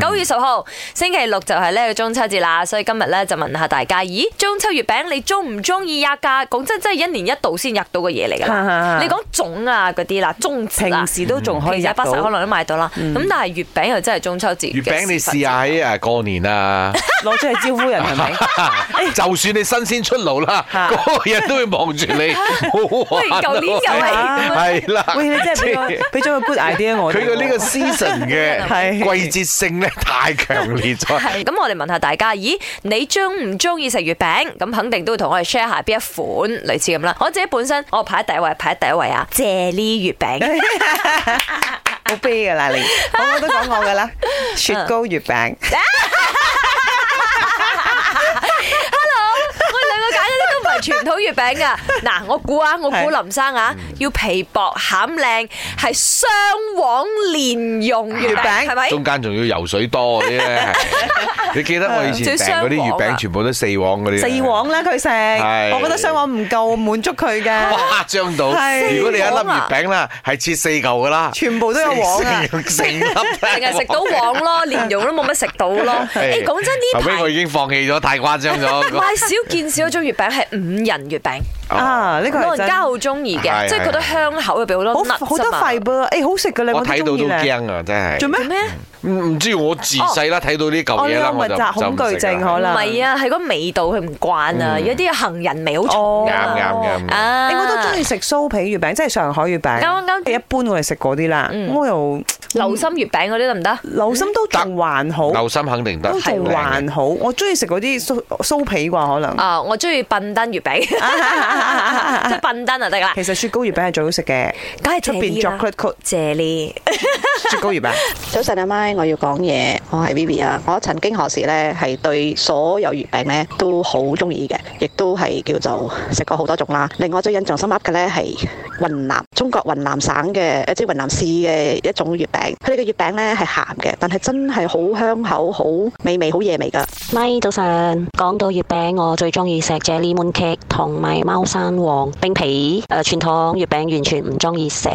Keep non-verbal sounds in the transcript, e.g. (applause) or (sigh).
九月十號星期六就係呢個中秋節啦，所以今日咧就問下大家，咦，中秋月餅你中唔中意吔噶？講真，真係一年一度先吔到嘅嘢嚟㗎啦。你講粽啊嗰啲啦，粽子啊平，時都仲可以其實入巴剎可到，能都買到啦。嗯咁但係月餅又真係中秋節。月餅你試下喺誒過年 (laughs) 啊，攞出去招呼人係咪？ (laughs) 就算你新鮮 (laughs) 出爐啦，嚇嗰個人都會望住你，好喂玩啊。舊年又係啊係啦，喂，你真係俾即個俾咗個 good idea 我哋喎。佢嘅呢個 season (laughs) 嘅係季節性咧太強烈咗。係咁我哋問下大家，咦，你中唔中意食月餅？咁肯定都會同我哋 share 下邊一款類似咁啦。我自己本身我排喺第一位，排喺第一位啊， (laughs) 啫喱月餅。 (laughs) 好悲㗎啦，你我我都講我㗎啦，雪糕月 (laughs) 餅。我哋兩個揀嗰啲都唔係傳統月 (laughs) 餅噶。嗱，我估啊，我估係林生啊，要皮薄餡靚，係雙黃蓮蓉月餅，餅係咪？中間仲要游水多嗰啲咧，你記得我以前訂嗰啲月餅全部都四黃嗰啲，四黃啦佢食，係我覺得雙黃唔夠滿足佢㗎，誇張到。係如果你一粒月餅啦，係切四嚿噶啦，全部都有黃啊！成成粒淨 (laughs) 淨係食到黃咯，蓮蓉都冇乜食到咯。誒，講真呢後尾 (laughs) 我已排經放棄咗，太誇 (laughs) 張咗。買少見少嗰種月餅係五仁月餅，啊，呢個老人係真家好中意嘅，係即係覺得香口入邊好好多 nuts 好多啊嘛塊噃，誒好食㗎啦，我我睇到都都中意咧。驚啊！真做係，咩？咩？唔唔知我自細啦睇到呢嚿我嘢啦，呢我個就密集恐懼症可唔能。係啊，係嗰味道佢唔慣啊，有啲杏仁味好重哦，啱啊。啱啱啊誒我都中意食酥皮月餅，即係上海月餅。啱啱嗯一般我哋食嗰啲啦，我嗯又流心月餅嗰啲得唔得？流心都仲還好，牛心肯定得，都仲還好。我中意食嗰啲酥酥皮啩，可能。啊，我中意笨登月 (laughs) 餅，即係笨登就得啦。其實雪糕月餅係最好食嘅，梗係出邊 chocolate coat 啫喱。雪糕月餅。早晨阿媽，我要講嘢，我係 Vivi 啊。我曾經何時呢，係對所有月餅呢都好中意嘅，亦都係叫做食過好多種啦。令我最印象深刻嘅呢係雲南，中國雲南省嘅，呃即係雲南市嘅一種月餅。佢哋嘅月餅呢係鹹嘅，但係真係好香口、好美味、好嘢味㗎。咪早晨，講到月餅，我最中意食啫喱 moon 呃 cake 同埋貓山王冰皮。誒、傳統月餅完全唔中意食。